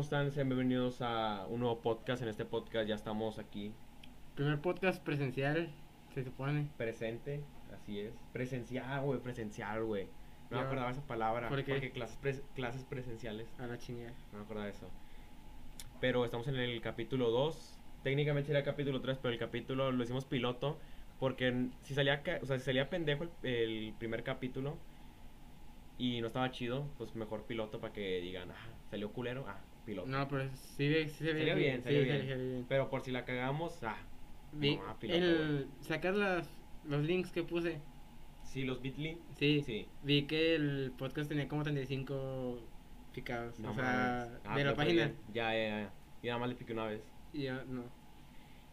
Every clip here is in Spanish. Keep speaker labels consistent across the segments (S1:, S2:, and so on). S1: están? Sean bienvenidos a un nuevo podcast. En este podcast ya estamos aquí
S2: Primer podcast presencial, se supone.
S1: presente, así es. Presencial, güey, presencial, güey. No me
S2: Ya.
S1: acordaba esa palabra.
S2: ¿Por qué?
S1: Porque clases, pres- clases presenciales.
S2: A la chingada.
S1: No me acordaba de eso. Pero estamos en el capítulo 2. Técnicamente sería el capítulo 3, pero el capítulo lo hicimos piloto. Porque en- si salía, ca- o sea, si salía pendejo el, el primer capítulo y no estaba chido, pues mejor piloto para que digan, ah, salió culero, ah, piloto.
S2: No, pero sí, sí, sí,
S1: Sería bien, sería bien.
S2: sería bien.
S1: Pero por si la cagamos, ah,
S2: Vi-
S1: No, ah, piloto,
S2: el sacar las, los links que puse.
S1: sí, los Bitly.
S2: Sí,
S1: Sí.
S2: Vi que el podcast tenía como 35 picados.
S1: No
S2: o sea,
S1: mames. Ah,
S2: de
S1: pero
S2: la
S1: fue
S2: página.
S1: bien. Ya, ya, ya. Y nada más le piqué una vez.
S2: Y yo, no.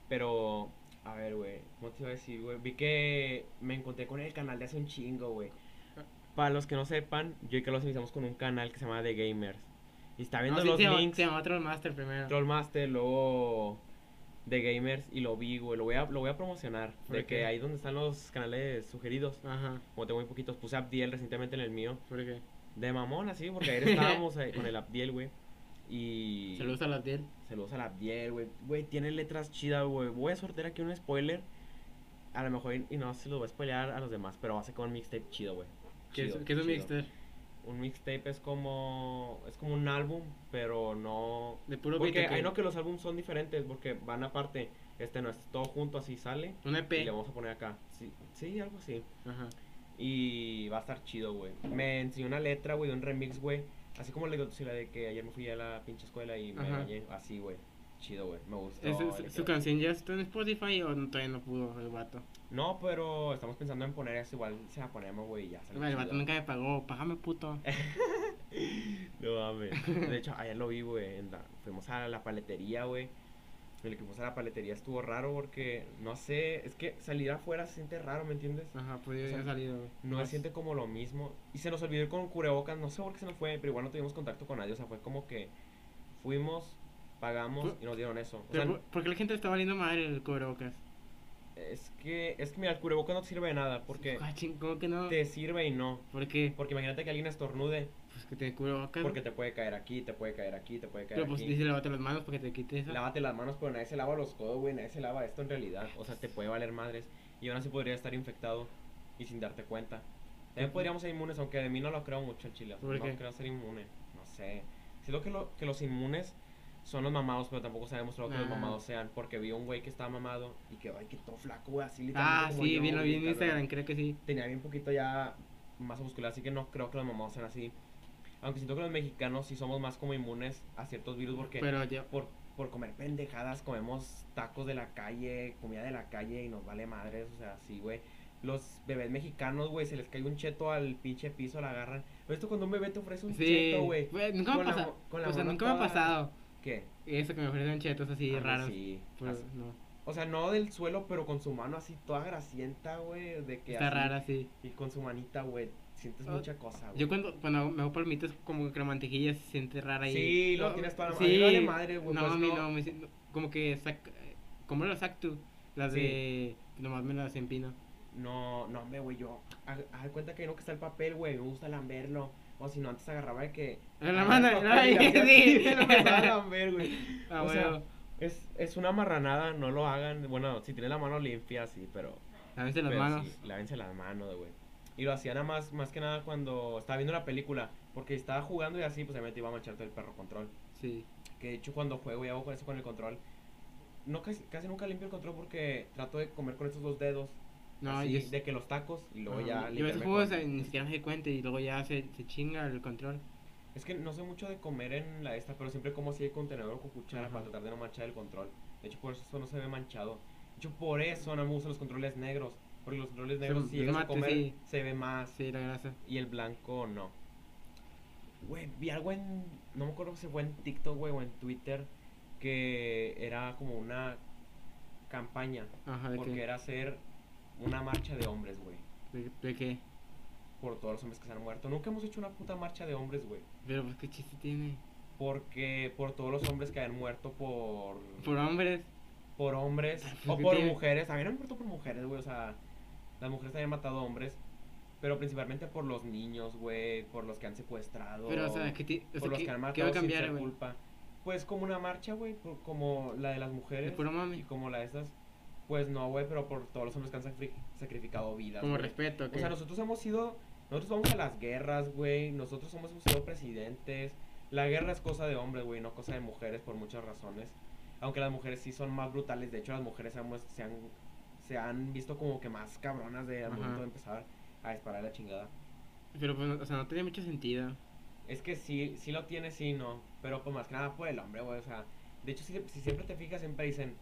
S1: Pero, a ver, güey, ¿cómo te iba a decir, güey? Vi que me encontré con el canal de hace un chingo, güey. Para los que no sepan, yo y Carlos iniciamos con un canal que se llama The Gamers. Y está viendo
S2: no, sí,
S1: los
S2: se llama-
S1: links,
S2: Se llama Trollmaster primero.
S1: Trollmaster, luego The Gamers, y lo vi, güey. Lo, voy a- lo voy a promocionar.
S2: ¿Por
S1: De
S2: qué?
S1: que ahí donde están los canales sugeridos.
S2: Ajá,
S1: Como tengo muy poquitos, puse Abdiel recientemente en el mío.
S2: porque
S1: De mamón, así, porque ayer estábamos eh, con el Abdiel, güey. Y.
S2: se lo usa la piel.
S1: Saludos a la Abdiel, güey. Güey, tiene letras chidas, güey. Voy a sortear aquí un spoiler. A lo mejor, y, y no se lo voy a spoilear a los demás, pero va a ser como un mixtape chido, güey.
S2: Que es,
S1: Chido,
S2: que es un
S1: chido.
S2: mixtape
S1: Un mixtape es como. Es como un álbum, pero no.
S2: de puro
S1: Porque
S2: beat,
S1: hay
S2: ok.
S1: no que los álbumes son diferentes, porque van aparte. Este no es todo junto, así sale.
S2: Un
S1: Y le
S2: EP.
S1: vamos a poner acá. Sí, sí algo así.
S2: Ajá.
S1: Y va a estar chido, güey. Me enseñó una letra, güey, de un remix, güey. Así como le digo, la de que ayer me fui a la pinche escuela y me
S2: Ajá.
S1: bañé. Así, güey. Chido, güey. Me gustó.
S2: ¿Es- es-
S1: le
S2: ¿Su
S1: quedó.
S2: canción ya está en Spotify o no- todavía no pudo el vato?
S1: No, pero estamos pensando en poner eso. Igual se la ponemos, güey, y ya. sale
S2: Bueno, el vato
S1: chido.
S2: nunca me pagó, págame puto.
S1: No mames. De hecho, ayer lo vi, güey. en la- Fuimos a la paletería, güey. Y Lo que fuimos a la paletería estuvo raro porque, no sé, es que salir afuera se siente raro, ¿me entiendes?
S2: Ajá, pues yo
S1: O sea,
S2: ya he salido, güey.
S1: No se
S2: Más-
S1: siente como lo mismo. Y se nos olvidó ir con cubrebocas, no sé por qué se nos fue, pero igual no tuvimos contacto con nadie. O sea, fue como que fuimos, pagamos
S2: Pues Fu-
S1: y nos dieron eso. O
S2: Pero,
S1: sea,
S2: ¿por- ¿Por qué la gente está valiendo madre el cubrebocas?
S1: es que, es que mira, el cubrebocas no te sirve de nada porque
S2: Ah, ching, ¿cómo que no?
S1: te sirve y no.
S2: ¿Por qué?
S1: Porque imagínate que alguien estornude,
S2: Pues que tiene cubrebocas.
S1: porque te puede caer aquí, te puede caer aquí, te puede caer
S2: Pero pues
S1: aquí.
S2: dice lavate las manos porque te quite eso.
S1: Lávate las manos, pero nadie se lava los codos, güey, nadie se lava esto en realidad. O sea, te puede valer madres. Y aún así podría estar infectado y sin darte cuenta. También
S2: Ujú.
S1: podríamos ser inmunes, aunque de mí no lo creo mucho, chile.
S2: ¿Por
S1: no
S2: qué?
S1: creo ser inmune, no sé. Siento que, lo, que los inmunes son los mamados, pero tampoco se ha demostrado que los
S2: Ah.
S1: mamados sean. Porque vi un güey que estaba mamado y que, ay, que todo flaco, güey, así literalmente
S2: Ah,
S1: como
S2: sí,
S1: yo,
S2: vi lo vi en
S1: literal.
S2: Instagram, creo que sí.
S1: Tenía bien poquito ya masa muscular, así que no creo que los mamados sean así. Aunque siento que los mexicanos sí somos más como inmunes a ciertos virus porque
S2: Pero yo,
S1: por, por comer pendejadas, comemos tacos de la calle, comida de la calle y nos vale madres, o sea, sí, güey. Los bebés mexicanos, güey, se les cae un cheto al pinche piso, la agarran. Pero esto cuando un bebé te ofrece un
S2: sí.
S1: cheto, güey.
S2: Güey, nunca me
S1: Con
S2: ha
S1: la
S2: pasado.
S1: mo- con la
S2: o sea,
S1: mano
S2: nunca me ha
S1: toda-
S2: pasado.
S1: ¿Qué?
S2: Eso que me ofrecen chetos así
S1: Ah, no,
S2: raros.
S1: sí.
S2: Pero
S1: Así-
S2: no.
S1: O sea, no del suelo, pero con su mano así toda grasienta, güey, de que
S2: Está
S1: así-
S2: rara, sí.
S1: Y con su manita, güey, sientes
S2: Ah,
S1: mucha cosa, güey.
S2: Yo cuando, cuando hago- me hago palomitas como que la mantequilla se siente rara y...
S1: Sí, lo
S2: No,
S1: tienes toda la- a
S2: sí.
S1: mí me vale madre, güey,
S2: No,
S1: pues
S2: a mí
S1: no.
S2: no, me siento- como que sac... ¿Cómo las sacas tú? Las
S1: Sí.
S2: de... Nomás me las empino.
S1: No, no, hombre, güey, yo. Haz haz cuenta que hay uno que está el papel, güey, me gusta lamberlo. O si no, antes agarraba de que.
S2: En la mano,
S1: el
S2: ¿no?
S1: papel y hacía así,
S2: Sí.
S1: lo empezaba a lamber, güey.
S2: Ah,
S1: O sea,
S2: bueno.
S1: Es, es una marranada, no lo hagan. Bueno, si tienes la mano limpia, sí, pero.
S2: A veces las
S1: pero
S2: manos.
S1: sí, lávense las manos, güey. Y lo hacía nada más, más que nada cuando estaba viendo la película. Porque estaba jugando y así, pues obviamente iba a manchar todo el perro control.
S2: Sí.
S1: Que de hecho, cuando juego y hago con eso con el control. No, casi, casi nunca limpio el control porque trato de comer con estos dos dedos.
S2: No,
S1: así,
S2: yo...
S1: de que los tacos y luego ya.
S2: ah, Yo a veces
S1: limpiarme
S2: juego, o
S1: con-
S2: sea, ni siquiera me doy cuenta y luego ya se, se chinga el control.
S1: Es que no sé mucho de comer en la esta, pero siempre como si hay contenedor con cuchara
S2: Ajá.
S1: para tratar de no manchar el control. De hecho, por eso no se ve manchado. De hecho, por eso no me gustan los controles negros. Porque los controles negros, si
S2: los
S1: llegas a
S2: mate,
S1: comer,
S2: sí.
S1: se ve más.
S2: Sí, la grasa.
S1: Y el blanco, no. Güey, vi algo en. No me acuerdo si fue en TikTok, güey, o en Twitter. Que era como una campaña.
S2: Ajá, ¿de
S1: Porque
S2: qué?
S1: era hacer una marcha de hombres, güey.
S2: ¿De, de qué?
S1: Por todos los hombres que se han muerto. Nunca hemos hecho una puta marcha de hombres, güey.
S2: Pero pues qué chiste tiene.
S1: Porque por todos los hombres que han muerto por
S2: Por
S1: por,
S2: hombres.
S1: hombres
S2: Pues,
S1: o
S2: ¿qué
S1: por
S2: tiene?
S1: mujeres, también han muerto por mujeres, güey, o sea, las mujeres también han matado hombres, pero principalmente por los niños, güey, por los que han secuestrado,
S2: Pero, o sea, que ti- o sea,
S1: por los
S2: que,
S1: que han
S2: ¿qué va
S1: matado
S2: a
S1: sin
S2: cambiar,
S1: ser
S2: güey?
S1: culpa. Pues como una marcha, güey, por- como la de las mujeres
S2: Es puro
S1: y
S2: mami.
S1: como la de estas. Pues no, güey, pero por todos los hombres que han sacri- sacrificado vidas.
S2: Como
S1: güey.
S2: respeto,
S1: O
S2: que
S1: sea, nosotros hemos sido, nosotros vamos a las guerras, güey, nosotros hemos sido presidentes. La guerra es cosa de hombres, güey, no cosa de mujeres por muchas razones. Aunque las mujeres sí son más brutales, de hecho las mujeres se han, muest- se han, se han visto como que más cabronas de al
S2: Ajá.
S1: momento de empezar a disparar la chingada.
S2: Pero pues, no- o sea, no tenía mucho sentido.
S1: Es que sí, sí lo tiene, sí, no. Pero pues más que nada por el hombre, güey. O sea, de hecho, si, si siempre te fijas, siempre dicen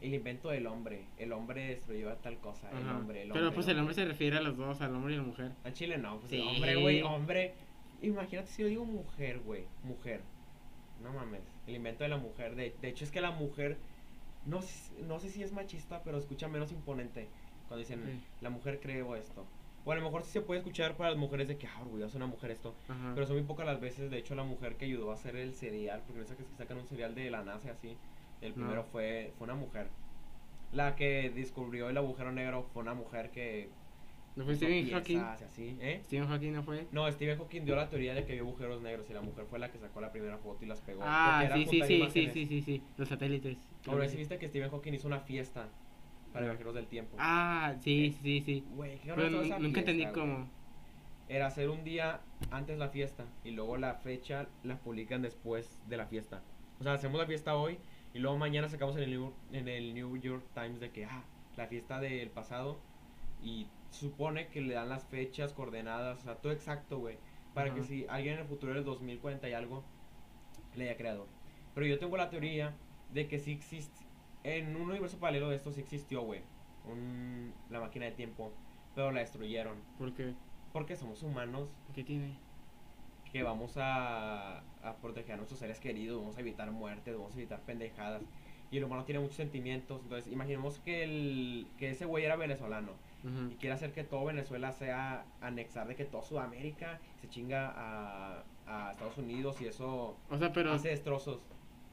S1: el invento del hombre. El hombre destruyó a tal cosa. El
S2: Ajá.
S1: hombre, el hombre.
S2: Pero pues el hombre se refiere a los dos, al hombre y a la mujer.
S1: Al chile no, pues
S2: Sí.
S1: hombre, güey, hombre. Imagínate si yo digo mujer, güey. Mujer. No mames. El invento de la mujer. De, de hecho, es que la mujer. No, sé- no sé si es machista, pero escucha menos imponente. Cuando dicen,
S2: Sí.
S1: la mujer creó esto. O a lo mejor sí se puede escuchar para las mujeres de que, ah, orgullosa una mujer esto.
S2: Ajá.
S1: Pero son muy pocas las veces, de hecho, la mujer que ayudó a hacer el cereal, porque no sé que sacan un cereal de la NASA así. El
S2: No.
S1: primero fue, fue una mujer. La que descubrió el agujero negro fue una mujer que
S2: ¿No fue
S1: hizo
S2: Stephen Hawking?
S1: piezas y así, ¿eh?
S2: Stephen Hawking no fue.
S1: No, Stephen Hawking dio la teoría de que vio agujeros negros y la mujer fue la que sacó la primera foto y las pegó. porque
S2: Ah,
S1: era
S2: sí, sí,
S1: juntar
S2: sí, sí,
S1: imágenes.
S2: sí, sí, sí. Los satélites.
S1: Ahora sí viste que Stephen Hawking hizo una fiesta para
S2: No.
S1: viajeros del tiempo.
S2: Ah,
S1: Eh.
S2: sí, sí, sí.
S1: Güey, qué
S2: Pero
S1: horror
S2: nu-
S1: esa
S2: nunca entendí
S1: fiesta, güey.
S2: cómo.
S1: Era hacer un día antes la fiesta y luego la fecha la publican después de la fiesta. O sea, hacemos la fiesta hoy y luego mañana sacamos en el New, en el New York Times de que, ah, la fiesta del pasado y supone que le dan las fechas, coordenadas, o sea, todo exacto, güey. Para que
S2: Ajá.
S1: si alguien en el futuro del 2040 y algo le haya creado. Pero yo tengo la teoría de que sí existe, en un universo paralelo de esto sí existió, güey. un- La máquina de tiempo, pero la destruyeron.
S2: ¿Por qué?
S1: Porque somos humanos
S2: ¿Qué tiene?
S1: que vamos a, a proteger a nuestros seres queridos, vamos a evitar muertes, vamos a evitar pendejadas. Y el humano tiene muchos sentimientos. Entonces, imaginemos que, el, que ese güey era venezolano
S2: Ujú.
S1: y quiere hacer que todo Venezuela sea anexar de que toda Sudamérica se chinga a, a Estados Unidos y eso
S2: O sea, pero
S1: hace destrozos.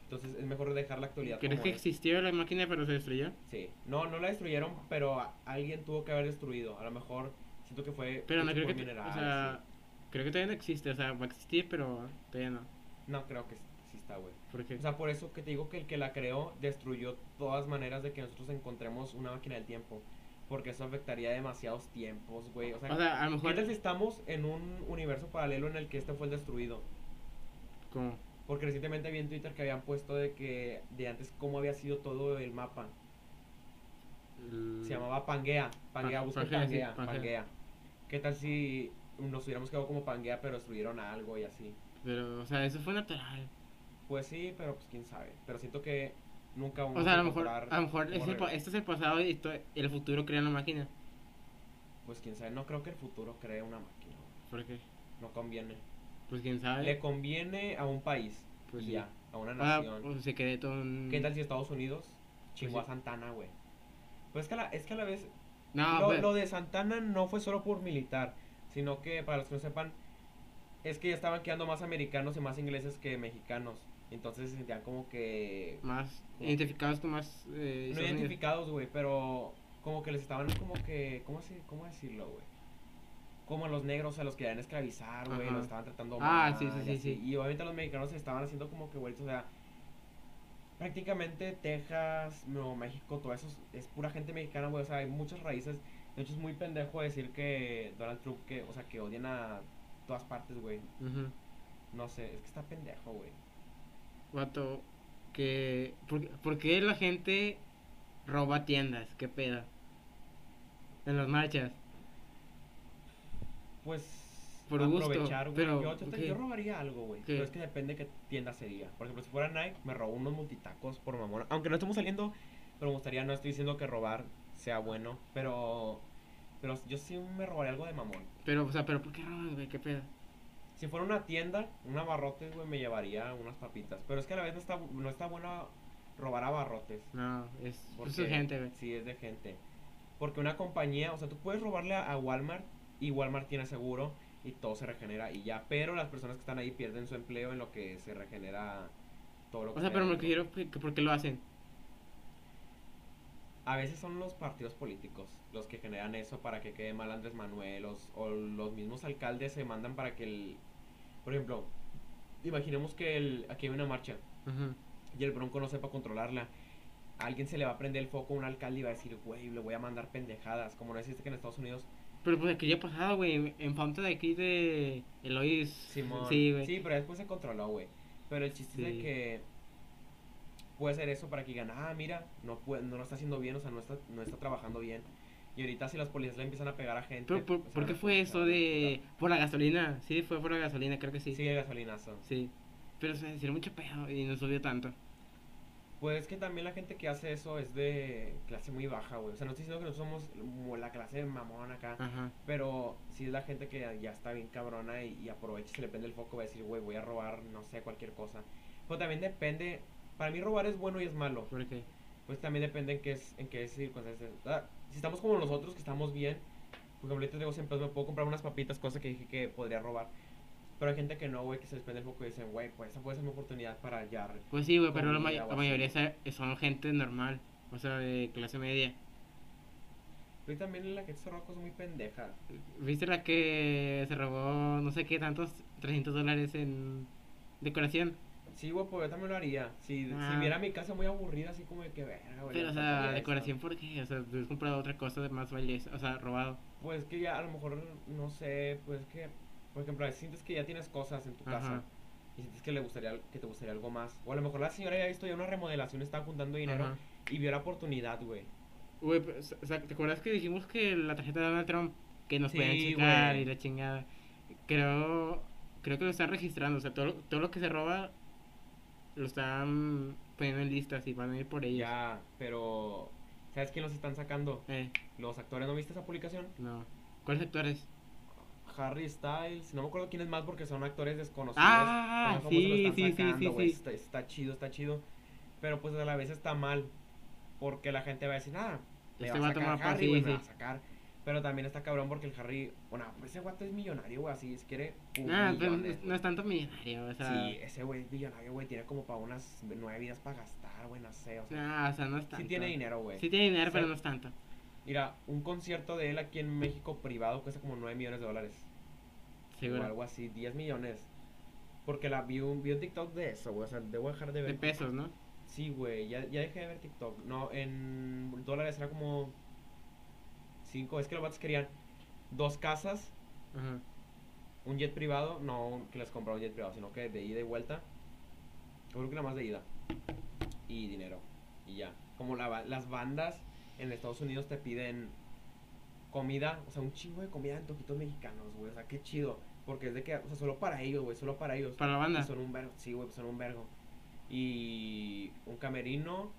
S1: Entonces, es mejor dejar la actualidad.
S2: ¿crees
S1: como
S2: que
S1: es.
S2: existió la máquina pero se destruyó?
S1: Sí. No, no la destruyeron, pero a- alguien tuvo que haber destruido. A lo mejor siento que fue.
S2: Pero no
S1: hecho
S2: creo que,
S1: Pues por
S2: t- o
S1: minerales,
S2: sea, creo que todavía no existe, o sea, va a existir, pero todavía no.
S1: sí. No creo que sí está, güey.
S2: Porque
S1: O sea, por eso que te digo que el que la creó destruyó todas maneras de que nosotros encontremos una máquina del tiempo. Porque eso afectaría demasiados tiempos, güey. O sea,
S2: o sea, a lo
S1: ¿qué
S2: mejor
S1: tal si estamos en un universo paralelo en el que este fue el destruido?
S2: como
S1: Porque recientemente vi en Twitter que habían puesto de que de antes cómo había sido todo el mapa.
S2: el-
S1: Se llamaba Pangea. Pangea,
S2: Pa-
S1: busca
S2: Mm. Pangea, sí,
S1: Pangea,
S2: Pangea.
S1: Pangea. ¿Qué tal si nos hubiéramos quedado como Pangea pero destruyeron a algo y así?
S2: Pero, o sea, eso fue natural.
S1: Pues sí, pero pues quién sabe. Pero siento que nunca vamos
S2: O sea, a lo mejor,
S1: encontrar
S2: a lo mejor
S1: cómo
S2: es el pa-
S1: regresar.
S2: esto es el pasado y esto- el futuro crea la máquina.
S1: Pues quién sabe, no creo que el futuro cree una máquina. güey.
S2: Porque,
S1: No conviene.
S2: pues quién
S1: Le
S2: sabe.
S1: conviene a un país.
S2: Pues
S1: y
S2: sí.
S1: ya, a una
S2: Ah,
S1: nación.
S2: pues se quede todo un...
S1: ¿Qué tal si Estados Unidos chingó a
S2: sí.
S1: Santana, güey? Pues es que a la, es que a la vez.
S2: No, pues,
S1: lo,
S2: pero-
S1: lo de Santana no fue solo por militar, sino que, para los que no sepan, es que ya estaban quedando más americanos y más ingleses que mexicanos. Entonces se sentían como que.
S2: más identificados con más eh,
S1: No
S2: Estados Unidos.
S1: identificados, güey, pero como que les estaban como que, ¿cómo, se, cómo decirlo, güey? Como a los negros a los que querían esclavizar, güey,
S2: Ajá.
S1: los estaban tratando
S2: Ah,
S1: mal.
S2: sí, sí,
S1: y
S2: sí,
S1: así.
S2: sí.
S1: Y obviamente los mexicanos se estaban haciendo como que, güey, o sea, prácticamente Texas, Nuevo México, todo eso es, es pura gente mexicana, güey, o sea, hay muchas raíces. De hecho, es muy pendejo decir que Donald Trump, que, o sea, que odian a todas partes, güey.
S2: Ujú.
S1: No sé, es que está pendejo, güey.
S2: Vato, que... ¿por, por qué la gente roba tiendas? ¿Qué pedo? En las marchas.
S1: Pues
S2: Por gusto,
S1: aprovechar, güey.
S2: pero,
S1: yo, yo te-
S2: ¿qué?
S1: yo robaría algo, güey.
S2: ¿Qué?
S1: Pero es que depende de qué tienda sería. Por ejemplo, si fuera Nike, me robo unos multitacos por mamón. Aunque no estamos saliendo, pero me gustaría, no estoy diciendo que robar sea bueno, pero pero yo sí me robaría algo de mamón.
S2: Pero, o sea, pero ¿por qué robas, güey? ¿Qué pedo?
S1: Si fuera una tienda, un abarrotes, güey, me llevaría unas papitas. Pero es que a la vez no está, no está bueno robar abarrotes.
S2: No, es
S1: Porque
S2: es urgente, güey.
S1: Sí, es de gente. Porque una compañía, o sea, tú puedes robarle a, a Walmart y Walmart tiene seguro y todo se regenera y ya. Pero las personas que están ahí pierden su empleo en lo que se regenera todo lo que
S2: O sea,
S1: hay
S2: pero me
S1: adentro.
S2: refiero que, que por qué lo hacen.
S1: A veces son los partidos políticos los que generan eso para que quede mal Andrés Manuel los- o los mismos alcaldes se mandan para que el... Por ejemplo, imaginemos que el, aquí hay una marcha
S2: Ajá.
S1: y el bronco no sepa controlarla. A alguien se le va a prender el foco a un alcalde y va a decir, güey, le voy a mandar pendejadas. Como no existe que en Estados Unidos.
S2: Pero pues aquí ya pasaba, güey. En Fanta de aquí de Eloy.
S1: Simón.
S2: Sí, güey.
S1: Sí, pero después se controló, güey. Pero el chiste es de
S2: Sí.
S1: que puede hacer eso para que digan, ah, mira, no, puede- no lo está haciendo bien, o sea, no está, no está trabajando bien. Y ahorita si las policías le empiezan a pegar a gente.
S2: Pero por,
S1: pues,
S2: ¿por
S1: se
S2: qué
S1: van a
S2: fue
S1: empezar
S2: eso
S1: a
S2: de. Por la gasolina? Sí, fue por la gasolina, creo que sí.
S1: Sí, el gasolinazo.
S2: Sí. Pero se hicieron mucho pedo y no subió tanto.
S1: Pues es que también la gente que hace eso es de clase muy baja, güey. O sea, no estoy diciendo que no somos como la clase de mamón acá.
S2: Ajá.
S1: Pero si es la gente que ya está bien cabrona y, y aprovecha y se le prende el foco, va a decir, güey, voy a robar, no sé, cualquier cosa. Pero también depende. Para mí robar es bueno y es malo.
S2: ¿Por qué?
S1: Pues también depende en qué, es, en qué circunstancias. Ah, si estamos como nosotros, que estamos bien. Por ejemplo, ahorita tengo 100 pesos, me puedo comprar unas papitas, cosa que dije que podría robar. Pero hay gente que no, güey, que se les prende el foco y dicen, güey, pues esa puede ser mi oportunidad para ya
S2: Pues sí, güey, pero la, ma-
S1: Comida o
S2: la mayoría sa- son gente normal. O sea, de clase media.
S1: Y también la que se roba cosas muy pendejas.
S2: ¿Viste la que se robó no sé qué tantos 300 dólares en decoración?
S1: Sí, güey, pues yo también lo haría. Si, si
S2: Ah.
S1: viera mi casa muy aburrida, así como de que verga, güey.
S2: Pero,
S1: ya
S2: o
S1: faltaría
S2: sea,
S1: esto".
S2: decoración, ¿por qué? O sea, tú has comprado otra cosa de más valiosa, o sea, robado.
S1: Pues que ya a lo mejor, no sé, pues que, por ejemplo, sientes que ya tienes cosas en tu casa
S2: Ajá.
S1: y sientes que le gustaría, que te gustaría algo más. O a lo mejor la señora ya ha visto ya una remodelación, estaba juntando dinero
S2: Ajá.
S1: y vio la oportunidad, güey.
S2: Güey, pero, o sea, ¿te acuerdas que dijimos que la tarjeta de Donald Trump, que nos
S1: Sí,
S2: podían checar
S1: güey.
S2: y la chingada? Creo, creo que lo están registrando, o sea, todo, lo- todo lo que se roba lo están poniendo en listas y van a ir por ellos.
S1: Ya, pero, ¿sabes quién los están sacando?
S2: Eh,
S1: Los actores, ¿no viste esa publicación?
S2: no. ¿Cuáles actores?
S1: Harry Styles, no me acuerdo quién es más porque son actores desconocidos.
S2: Ah,
S1: pero famosos
S2: sí,
S1: lo están
S2: sí, sí,
S1: sacando,
S2: sí,
S1: güey,
S2: sí.
S1: Está, está chido, está chido. Pero pues a la vez está mal. Porque la gente va a decir, ah, me
S2: Este
S1: va a
S2: vato me
S1: sacar
S2: va a
S1: Harry,
S2: sí,
S1: güey, me
S2: sí.
S1: va a sacar. Pero también está cabrón porque el Harry, bueno, pues ese guato es millonario, güey, así si quiere. pum,
S2: Nah,
S1: millones,
S2: pero Ah, pues, es-
S1: güey.
S2: no es tanto millonario, o sea.
S1: Sí, eh. ese güey es millonario, güey, tiene como para unas nueve vidas para gastar, güey, no sé, o sea.
S2: nah, o sea, no es tanto.
S1: sí tiene dinero, güey.
S2: Sí tiene dinero, pero
S1: Sí.
S2: no es tanto.
S1: Mira, un concierto de él aquí en México privado cuesta como 9 millones de dólares. O
S2: Seguro.
S1: algo así, 10 millones. Porque la vi un, vi un TikTok de eso, güey. O sea, debo dejar de ver.
S2: De pesos, ¿no?
S1: Sí, güey. Ya, ya dejé de ver TikTok. No, en dólares era como 5. Es que los vatos querían dos casas,
S2: Ajá.
S1: un jet privado. No un- que les compraba un jet privado, sino que de ida y vuelta. Yo creo que nada más de ida. Y dinero. Y ya. Como la ba- las bandas en Estados Unidos te piden comida, o sea, un chingo de comida en toquitos mexicanos, güey. O sea, qué chido. Porque es de que, o sea, solo para ellos, güey, solo para ellos.
S2: Para la
S1: Y
S2: banda.
S1: son un vergo, sí, güey, pues son un vergo. Y un camerino.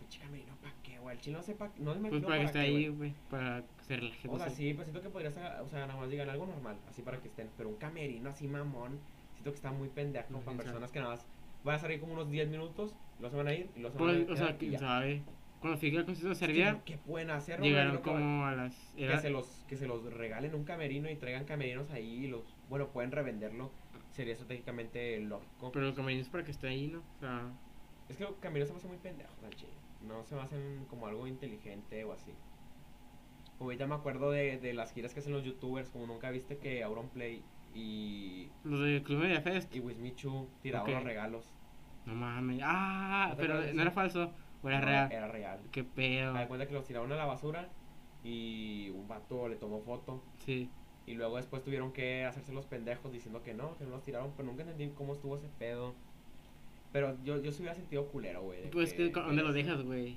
S1: Pinche camerino, ¿para qué, güey? El chino sepa. No me
S2: Pues
S1: imagino
S2: para que esté
S1: qué, güey.
S2: ahí, güey. Para que se relaje.
S1: O
S2: no
S1: sea,
S2: sé.
S1: sí, pues siento que podrías, ah, o sea, nada más digan algo normal, así para que estén. Pero un camerino así mamón, siento que está muy pendejo
S2: Ujú,
S1: para
S2: sí.
S1: personas que nada más van a salir como unos 10 minutos, los van a ir y los van a
S2: Pues,
S1: ir.
S2: o sea, quién sabe. Cuando fui al concierto de Serbia,
S1: ¿Qué pueden hacer, güey?
S2: llegaron
S1: Lo que-
S2: como a las.
S1: que
S2: era-
S1: se los que se los regalen un camerino y traigan camerinos ahí y los bueno pueden revenderlo sería estratégicamente lógico
S2: Pero el camerino es para que esté ahí, ¿no? O sea,
S1: Es que Camilo se me hace muy pendejo, la chile. No se me hacen como algo inteligente o así. Como ahorita me acuerdo de, de las giras que hacen los youtubers, como nunca viste que Auronplay y,
S2: los del Club Media Fest.
S1: y Wismichu tiraban
S2: Ok.
S1: los regalos.
S2: No mames. Ah,
S1: ¿No te
S2: pero
S1: acuerdas de
S2: no era
S1: eso?
S2: falso. O era
S1: No,
S2: real.
S1: Era Ah, real.
S2: Qué pedo.
S1: Me da cuenta que los tiraron a la basura y un vato le tomó foto.
S2: Sí.
S1: Y luego después tuvieron que hacerse los pendejos diciendo que no, que no los tiraron, pero nunca entendí cómo estuvo ese pedo. Pero yo, yo se hubiera sentido culero, güey. de
S2: Pues que, ¿dónde los
S1: sí.
S2: dejas, güey?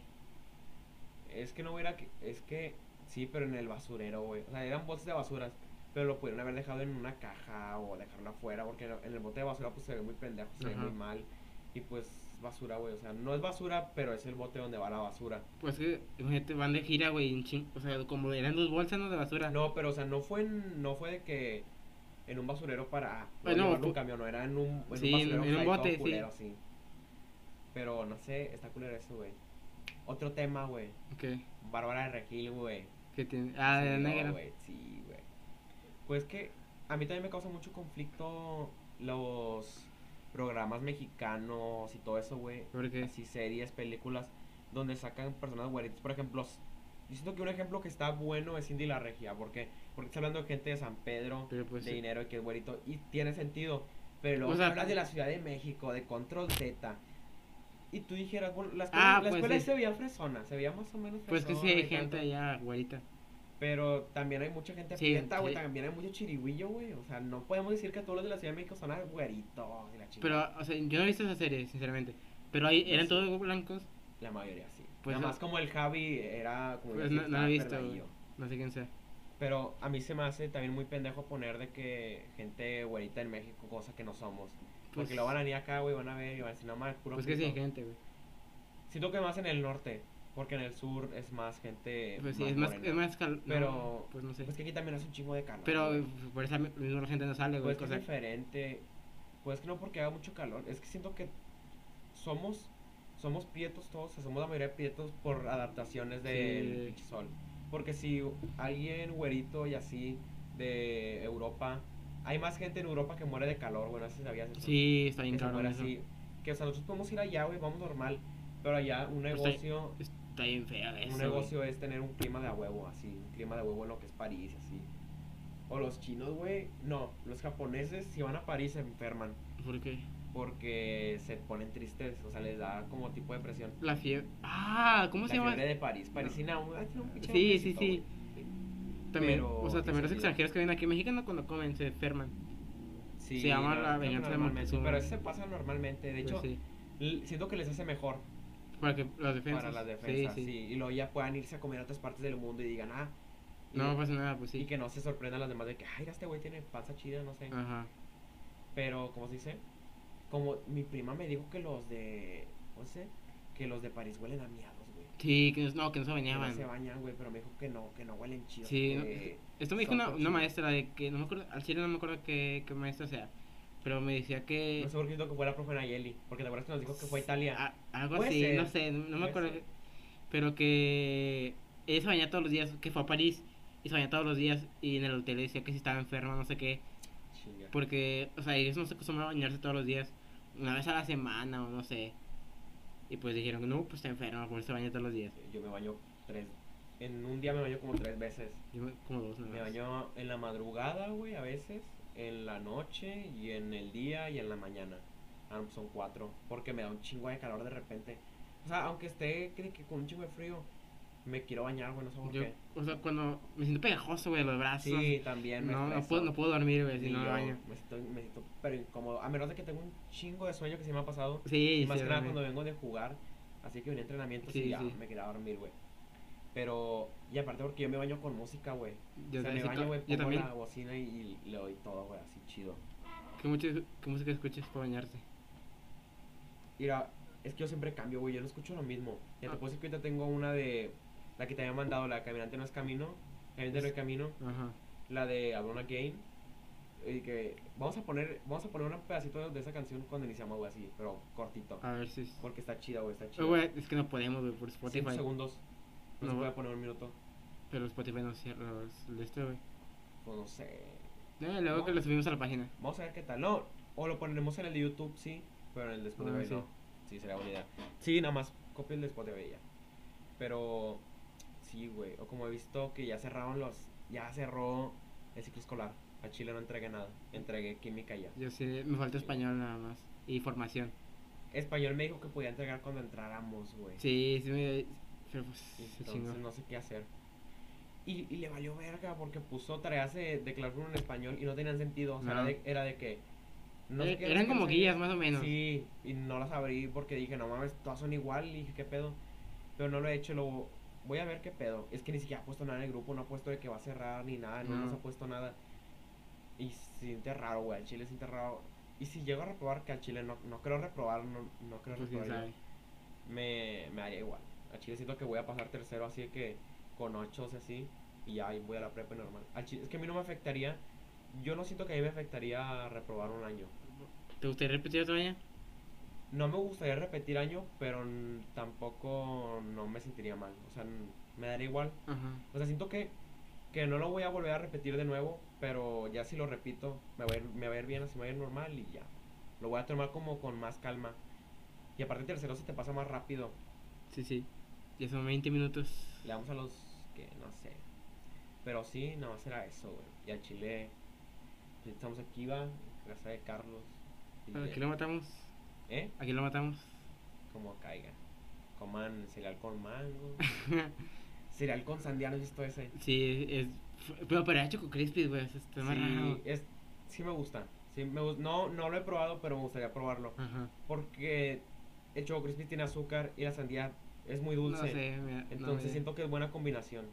S1: Es que no hubiera que. Es que. Sí, pero en el basurero, güey. O sea, eran botes de basuras. Pero lo pudieron haber dejado en una caja o dejarlo afuera. Porque en en el bote de basura, pues se ve muy pendejo, se ve
S2: Ajá.
S1: muy mal. Y pues, basura, güey. O sea, no es basura, pero es el bote donde va la basura.
S2: Pues que, imagínate, van de gira, güey. un chin- O sea, como eran dos bolsas, ¿no? De basura.
S1: No, pero, o sea, no fue, en- no fue de que. En un basurero para. ah,
S2: Pues no,
S1: llevarlo en un
S2: fue-
S1: camión, no era en un, en
S2: Sí,
S1: un basurero.
S2: en- en
S1: o sea,
S2: un
S1: ahí todo
S2: bote, sí.
S1: culero, sí. Pero no sé, está culero eso, güey. Otro tema, güey.
S2: ¿Qué?
S1: Bárbara de Regil, güey.
S2: ¿Qué tiene? Ah,
S1: Sí,
S2: de
S1: no,
S2: negro.
S1: güey, sí, güey. Pues que a mí también me causa mucho conflicto los programas mexicanos y todo eso, güey.
S2: Porque
S1: Así series, películas, donde sacan personas güeritas. Por ejemplo, s- yo siento que un ejemplo que está bueno es Cindy la Regia. ¿Por qué? Porque está hablando de gente de San Pedro,
S2: Pero pues
S1: de
S2: sí.
S1: dinero y que es güerito. Y tiene sentido. Pero luego
S2: O sea,
S1: hablas de la Ciudad de México, de Control Z. Y tú dijeras, bueno, la escuela,
S2: Ah,
S1: la
S2: pues
S1: escuela
S2: sí.
S1: se veía fresona, se veía más o menos
S2: Pues que sí
S1: fresona
S2: hay
S1: y
S2: gente
S1: tanto.
S2: allá, güerita.
S1: Pero también hay mucha gente
S2: Sí,
S1: aprieta, güey,
S2: sí.
S1: también hay mucho chirigüillo, güey. O sea, no podemos decir que todos los de la Ciudad de México son güeritos y la chica.
S2: Pero, o sea, yo no he visto esa serie, sinceramente. Pero ahí
S1: No
S2: eran
S1: sé.
S2: todos blancos,
S1: La mayoría sí.
S2: Pues
S1: Nada
S2: no-
S1: más como el Javi era como...
S2: pues
S1: decir,
S2: no, no la
S1: estaba
S2: he visto,
S1: perdidillo.
S2: güey. No sé quién sea.
S1: Pero a mí se me hace también muy pendejo poner de que gente güerita en México, cosa que no somos. Porque
S2: Pues-
S1: lo van a venir acá, güey, van a ver y van a decir, no mames, puro
S2: Pues que sí
S1: pito".
S2: hay gente, güey.
S1: Siento que más en el norte, porque en el sur es Eh, más gente.
S2: Pues sí, es más,
S1: morena.
S2: es más cal... no,
S1: Pero-
S2: pues no sé.
S1: Pues que aquí también hace un chingo de calor.
S2: Pero
S1: güey.
S2: eh, por esa misma gente no sale, güey.
S1: pues que es
S2: cosa-
S1: diferente. Pues que no porque haga mucho calor. Es que siento que somos somos prietos todos, o sea, somos la mayoría prietos por adaptaciones del
S2: Sí.
S1: pinche sol. Porque si alguien güerito y así de Europa, hay más gente en Europa que muere de calor, bueno, así sabías eso.
S2: Sí, está
S1: que se
S2: bien cabrón
S1: muere
S2: eso.
S1: así. Que o sea, nosotros podemos ir allá, güey, vamos normal. Pero allá un
S2: Pues,
S1: negocio
S2: Está bien feo eso,
S1: un
S2: güey.
S1: negocio es tener un clima de a huevo, así, un clima de a huevo en lo que es París, así. O los chinos, güey, no, los japoneses si van a París se enferman
S2: ¿Por qué?
S1: porque se ponen tristes, o sea, les da como tipo de depresión.
S2: La fiebre... Ah, ¿cómo
S1: La
S2: se llama?
S1: fiebre de París, parisina, ah, tiene un pinche
S2: Sí, sí,
S1: nombrecito,
S2: sí.
S1: güey.
S2: También,
S1: Pero,
S2: o sea,
S1: ¿qué
S2: también los
S1: sentido?
S2: extranjeros que vienen aquí mexicanos cuando comen se enferman.
S1: Sí,
S2: Se llama
S1: no,
S2: la
S1: creo que
S2: venganza de
S1: normalmente,
S2: Moctezuma.
S1: Pero eso se pasa normalmente, de
S2: Pues
S1: hecho,
S2: sí,
S1: l- siento que les hace mejor
S2: para que las defensas.
S1: para las defensas,
S2: Sí, sí.
S1: sí, Y luego ya puedan irse a comer a otras partes del mundo y digan, ah, y-
S2: No pasa nada, pues sí.
S1: y que no se sorprendan las demás de que, ay, este güey tiene panza chida, no sé.
S2: Ajá.
S1: Pero, ¿cómo se dice? Como mi prima me dijo que los de. ¿Cómo se dice? Que los de París huelen a miados, güey.
S2: Sí, que no- no, que no
S1: Que
S2: se
S1: no
S2: bañaban.
S1: se bañan, güey, pero me dijo que no, que no huelen chido.
S2: Sí,
S1: que-
S2: Esto me dijo
S1: Son
S2: una,
S1: cochinos.
S2: una maestra de que, no me acuerdo, al chile no me acuerdo qué, qué maestra sea, pero me decía que...
S1: No sé por qué siento que fue la profe Nayeli, porque te acuerdas que nos dijo que fue a Italia.
S2: a- algo
S1: Puede
S2: así,
S1: ser.
S2: no sé, no, no me
S1: Puede
S2: acuerdo.
S1: ser.
S2: Pero que ella se bañaba todos los días, que fue a París y se bañaba todos los días y en el hotel le decía que si estaba enferma, no sé qué,
S1: Chinga.
S2: porque, o sea, ellos no se acostumbran a bañarse todos los días, una vez a la semana o no sé. Y pues dijeron, no, pues está enferma, por eso se baña todos los días.
S1: Yo me baño tres. En un día me baño como tres veces.
S2: Yo me- como dos, nada
S1: Me
S2: más.
S1: baño en la madrugada, güey, a veces. En la noche y en el día y en la mañana. Ah, no, son cuatro. Porque me da un chingo de calor de repente. O sea, aunque esté que- que con un chingo de frío, me quiero bañar, güey, no sé por
S2: Yo,
S1: qué.
S2: o sea, cuando me siento pegajoso, güey, los brazos.
S1: Sí, también me
S2: no, no
S1: estreso.
S2: puedo, no puedo dormir, güey, si
S1: Sí,
S2: no me
S1: yo
S2: baño.
S1: me siento, me siento pero incómodo. A menos de que tengo un chingo de sueño que se me ha pasado.
S2: Sí,
S1: y más
S2: sí,
S1: que nada
S2: obviamente.
S1: cuando vengo de jugar. Así que venía a entrenamiento
S2: Sí,
S1: y ya
S2: sí.
S1: me quería dormir, güey. Pero, y aparte porque yo me baño con música, güey.
S2: Yo
S1: o sea, me
S2: también sí
S1: baño,
S2: co-
S1: güey,
S2: yo
S1: pongo
S2: también.
S1: la bocina y, y le doy todo, güey, así chido.
S2: ¿Qué, mucho, ¿Qué música escuchas para bañarte?
S1: Mira, es que yo siempre cambio, güey, yo no escucho lo mismo. Ya
S2: Ah.
S1: te puedo decir que ahorita tengo una de, la que te había mandado, la de Caminante no es camino, Caminante no es camino.
S2: Ajá.
S1: la de Alona Game. Y que vamos a poner, vamos a poner un pedacito de esa canción cuando iniciamos, güey, así, pero cortito.
S2: A ver si. es-
S1: Porque está chida, güey, está chida.
S2: Oh, Ah. güey, es que no podemos, güey, por
S1: 5
S2: Spotify.
S1: segundos. No,
S2: No.
S1: se puede poner un minuto.
S2: Pero Spotify no cierra los- el este, güey.
S1: Pues no sé.
S2: Eh, luego
S1: No.
S2: que lo subimos a la página.
S1: Vamos a ver qué tal. No, o lo ponemos en el de YouTube, sí, pero en el de Spotify
S2: Ah, sí.
S1: no. Sí, sería buena idea. Sí, nada más copia el de Spotify y ya. Pero sí, güey, o como he visto que ya cerraron los ya cerró el ciclo escolar. A Chile no entregué nada. Entregué química ya.
S2: Yo sí, me falta español nada más. Y formación.
S1: Español me dijo que podía entregar cuando entráramos, güey.
S2: Sí, sí me. Pero pues. Se chingó.
S1: Entonces no sé qué hacer. Y, y le valió verga porque puso tareas de, de clausura en español y no tenían sentido. O sea,
S2: No.
S1: era, de, era de que.
S2: Eh,
S1: sé qué- sé
S2: eran
S1: qué
S2: como
S1: enseña.
S2: guías, más o menos.
S1: Sí, y no las abrí porque dije, no mames, todas son igual. Y dije, ¿qué pedo? Pero no lo he hecho, lo voy a ver qué pedo. Es que ni siquiera ha puesto nada en el grupo, no ha puesto de que va a cerrar ni nada, no,
S2: No.
S1: nos ha puesto nada. Y se siente raro, güey, al chile se siente raro. Y si llego a reprobar, que al chile no, no creo reprobar, no, no creo
S2: Pues
S1: reprobar.
S2: quién
S1: yo
S2: sabe.
S1: me, me haría igual. Al chile siento que voy a pasar tercero así de que con 8 así y ya y voy a la prepa y normal. Al chile, es que a mí no me afectaría, yo no siento que a mí me afectaría reprobar un año.
S2: ¿Te gustaría repetir otro año?
S1: No me gustaría repetir año, pero n- tampoco no me sentiría mal. O sea, n- me daría igual.
S2: Ajá.
S1: O sea, siento que, que no lo voy a volver a repetir de nuevo, pero ya si lo repito, me va a ir, me va a ir bien, así me va a ir normal y ya. Lo voy a tomar como con más calma. Y aparte tercero se te pasa más rápido.
S2: Sí, sí. Ya son 20 minutos.
S1: Le damos a los que no sé. Pero sí, nada más era eso, güey. Y al Chile, pues, estamos aquí, va, en casa de Carlos. Y
S2: Bueno,
S1: de-
S2: Aquí lo matamos.
S1: ¿Eh?
S2: Aquí lo matamos.
S1: Como caiga. Coman cereal con mango. cereal con sandía, ¿no has visto ese?
S2: sí, es. Pero, pero era Choco Crispy, güey. Eso está más
S1: Sí,
S2: raro.
S1: es, sí me gusta. Sí me gus- no, no lo he probado, pero me gustaría probarlo.
S2: Ajá.
S1: Porque el Choco Crispy tiene azúcar y la sandía es muy
S2: No
S1: dulce.
S2: sé, mira, no,
S1: Entonces
S2: mira,
S1: siento que es buena combinación.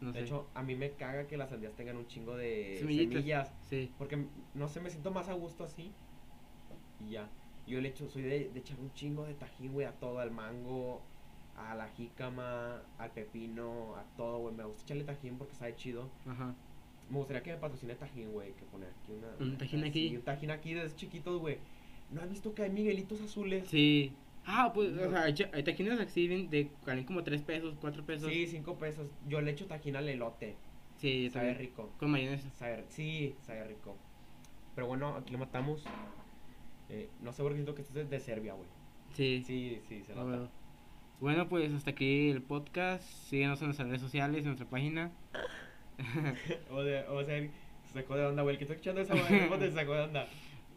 S2: no
S1: de
S2: sé.
S1: hecho, a mí me caga que las sandías tengan un chingo de
S2: Semillitas.
S1: semillas.
S2: Sí.
S1: Porque m- no sé, me siento más a gusto así. Y ya. Yo le echo, soy de, de echar un chingo de tajín, güey, a todo, al mango, a la jícama, al pepino, a todo, güey. Me gusta echarle tajín porque sabe chido.
S2: Ajá.
S1: Me gustaría que me patrocine tajín, güey, que poner aquí una.
S2: Un
S1: una-
S2: tajín
S1: sí,
S2: aquí.
S1: un tajín aquí de esos chiquitos, güey. ¿No has visto que hay miguelitos azules?
S2: Sí. Ah, pues, o sea, hay cha- hay taquinas así bien de valen como 3 pesos, 4 pesos.
S1: Sí, cinco pesos. Yo le echo tajín al elote.
S2: sí yo
S1: sabe
S2: también.
S1: rico.
S2: Con mayonesa.
S1: Sabe- sí, sabe rico. Pero bueno, aquí lo matamos. Eh, no sé por qué siento que esto es de Serbia, güey.
S2: Sí.
S1: Sí, sí, se
S2: Ah,
S1: nota.
S2: bueno. Bueno, pues hasta aquí el podcast. Síguenos en nuestras redes sociales, en nuestra página.
S1: O, de- o sea, se sacó de onda, güey. El que está escuchando esa madre, ¿cómo te sacó de onda?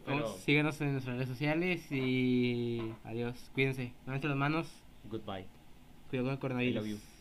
S1: Pero,
S2: Vamos, síguenos en nuestras redes sociales y adiós. Cuídense. Lávense las manos.
S3: Goodbye.
S2: Cuidado con el
S3: I
S2: coronavirus.
S3: love you.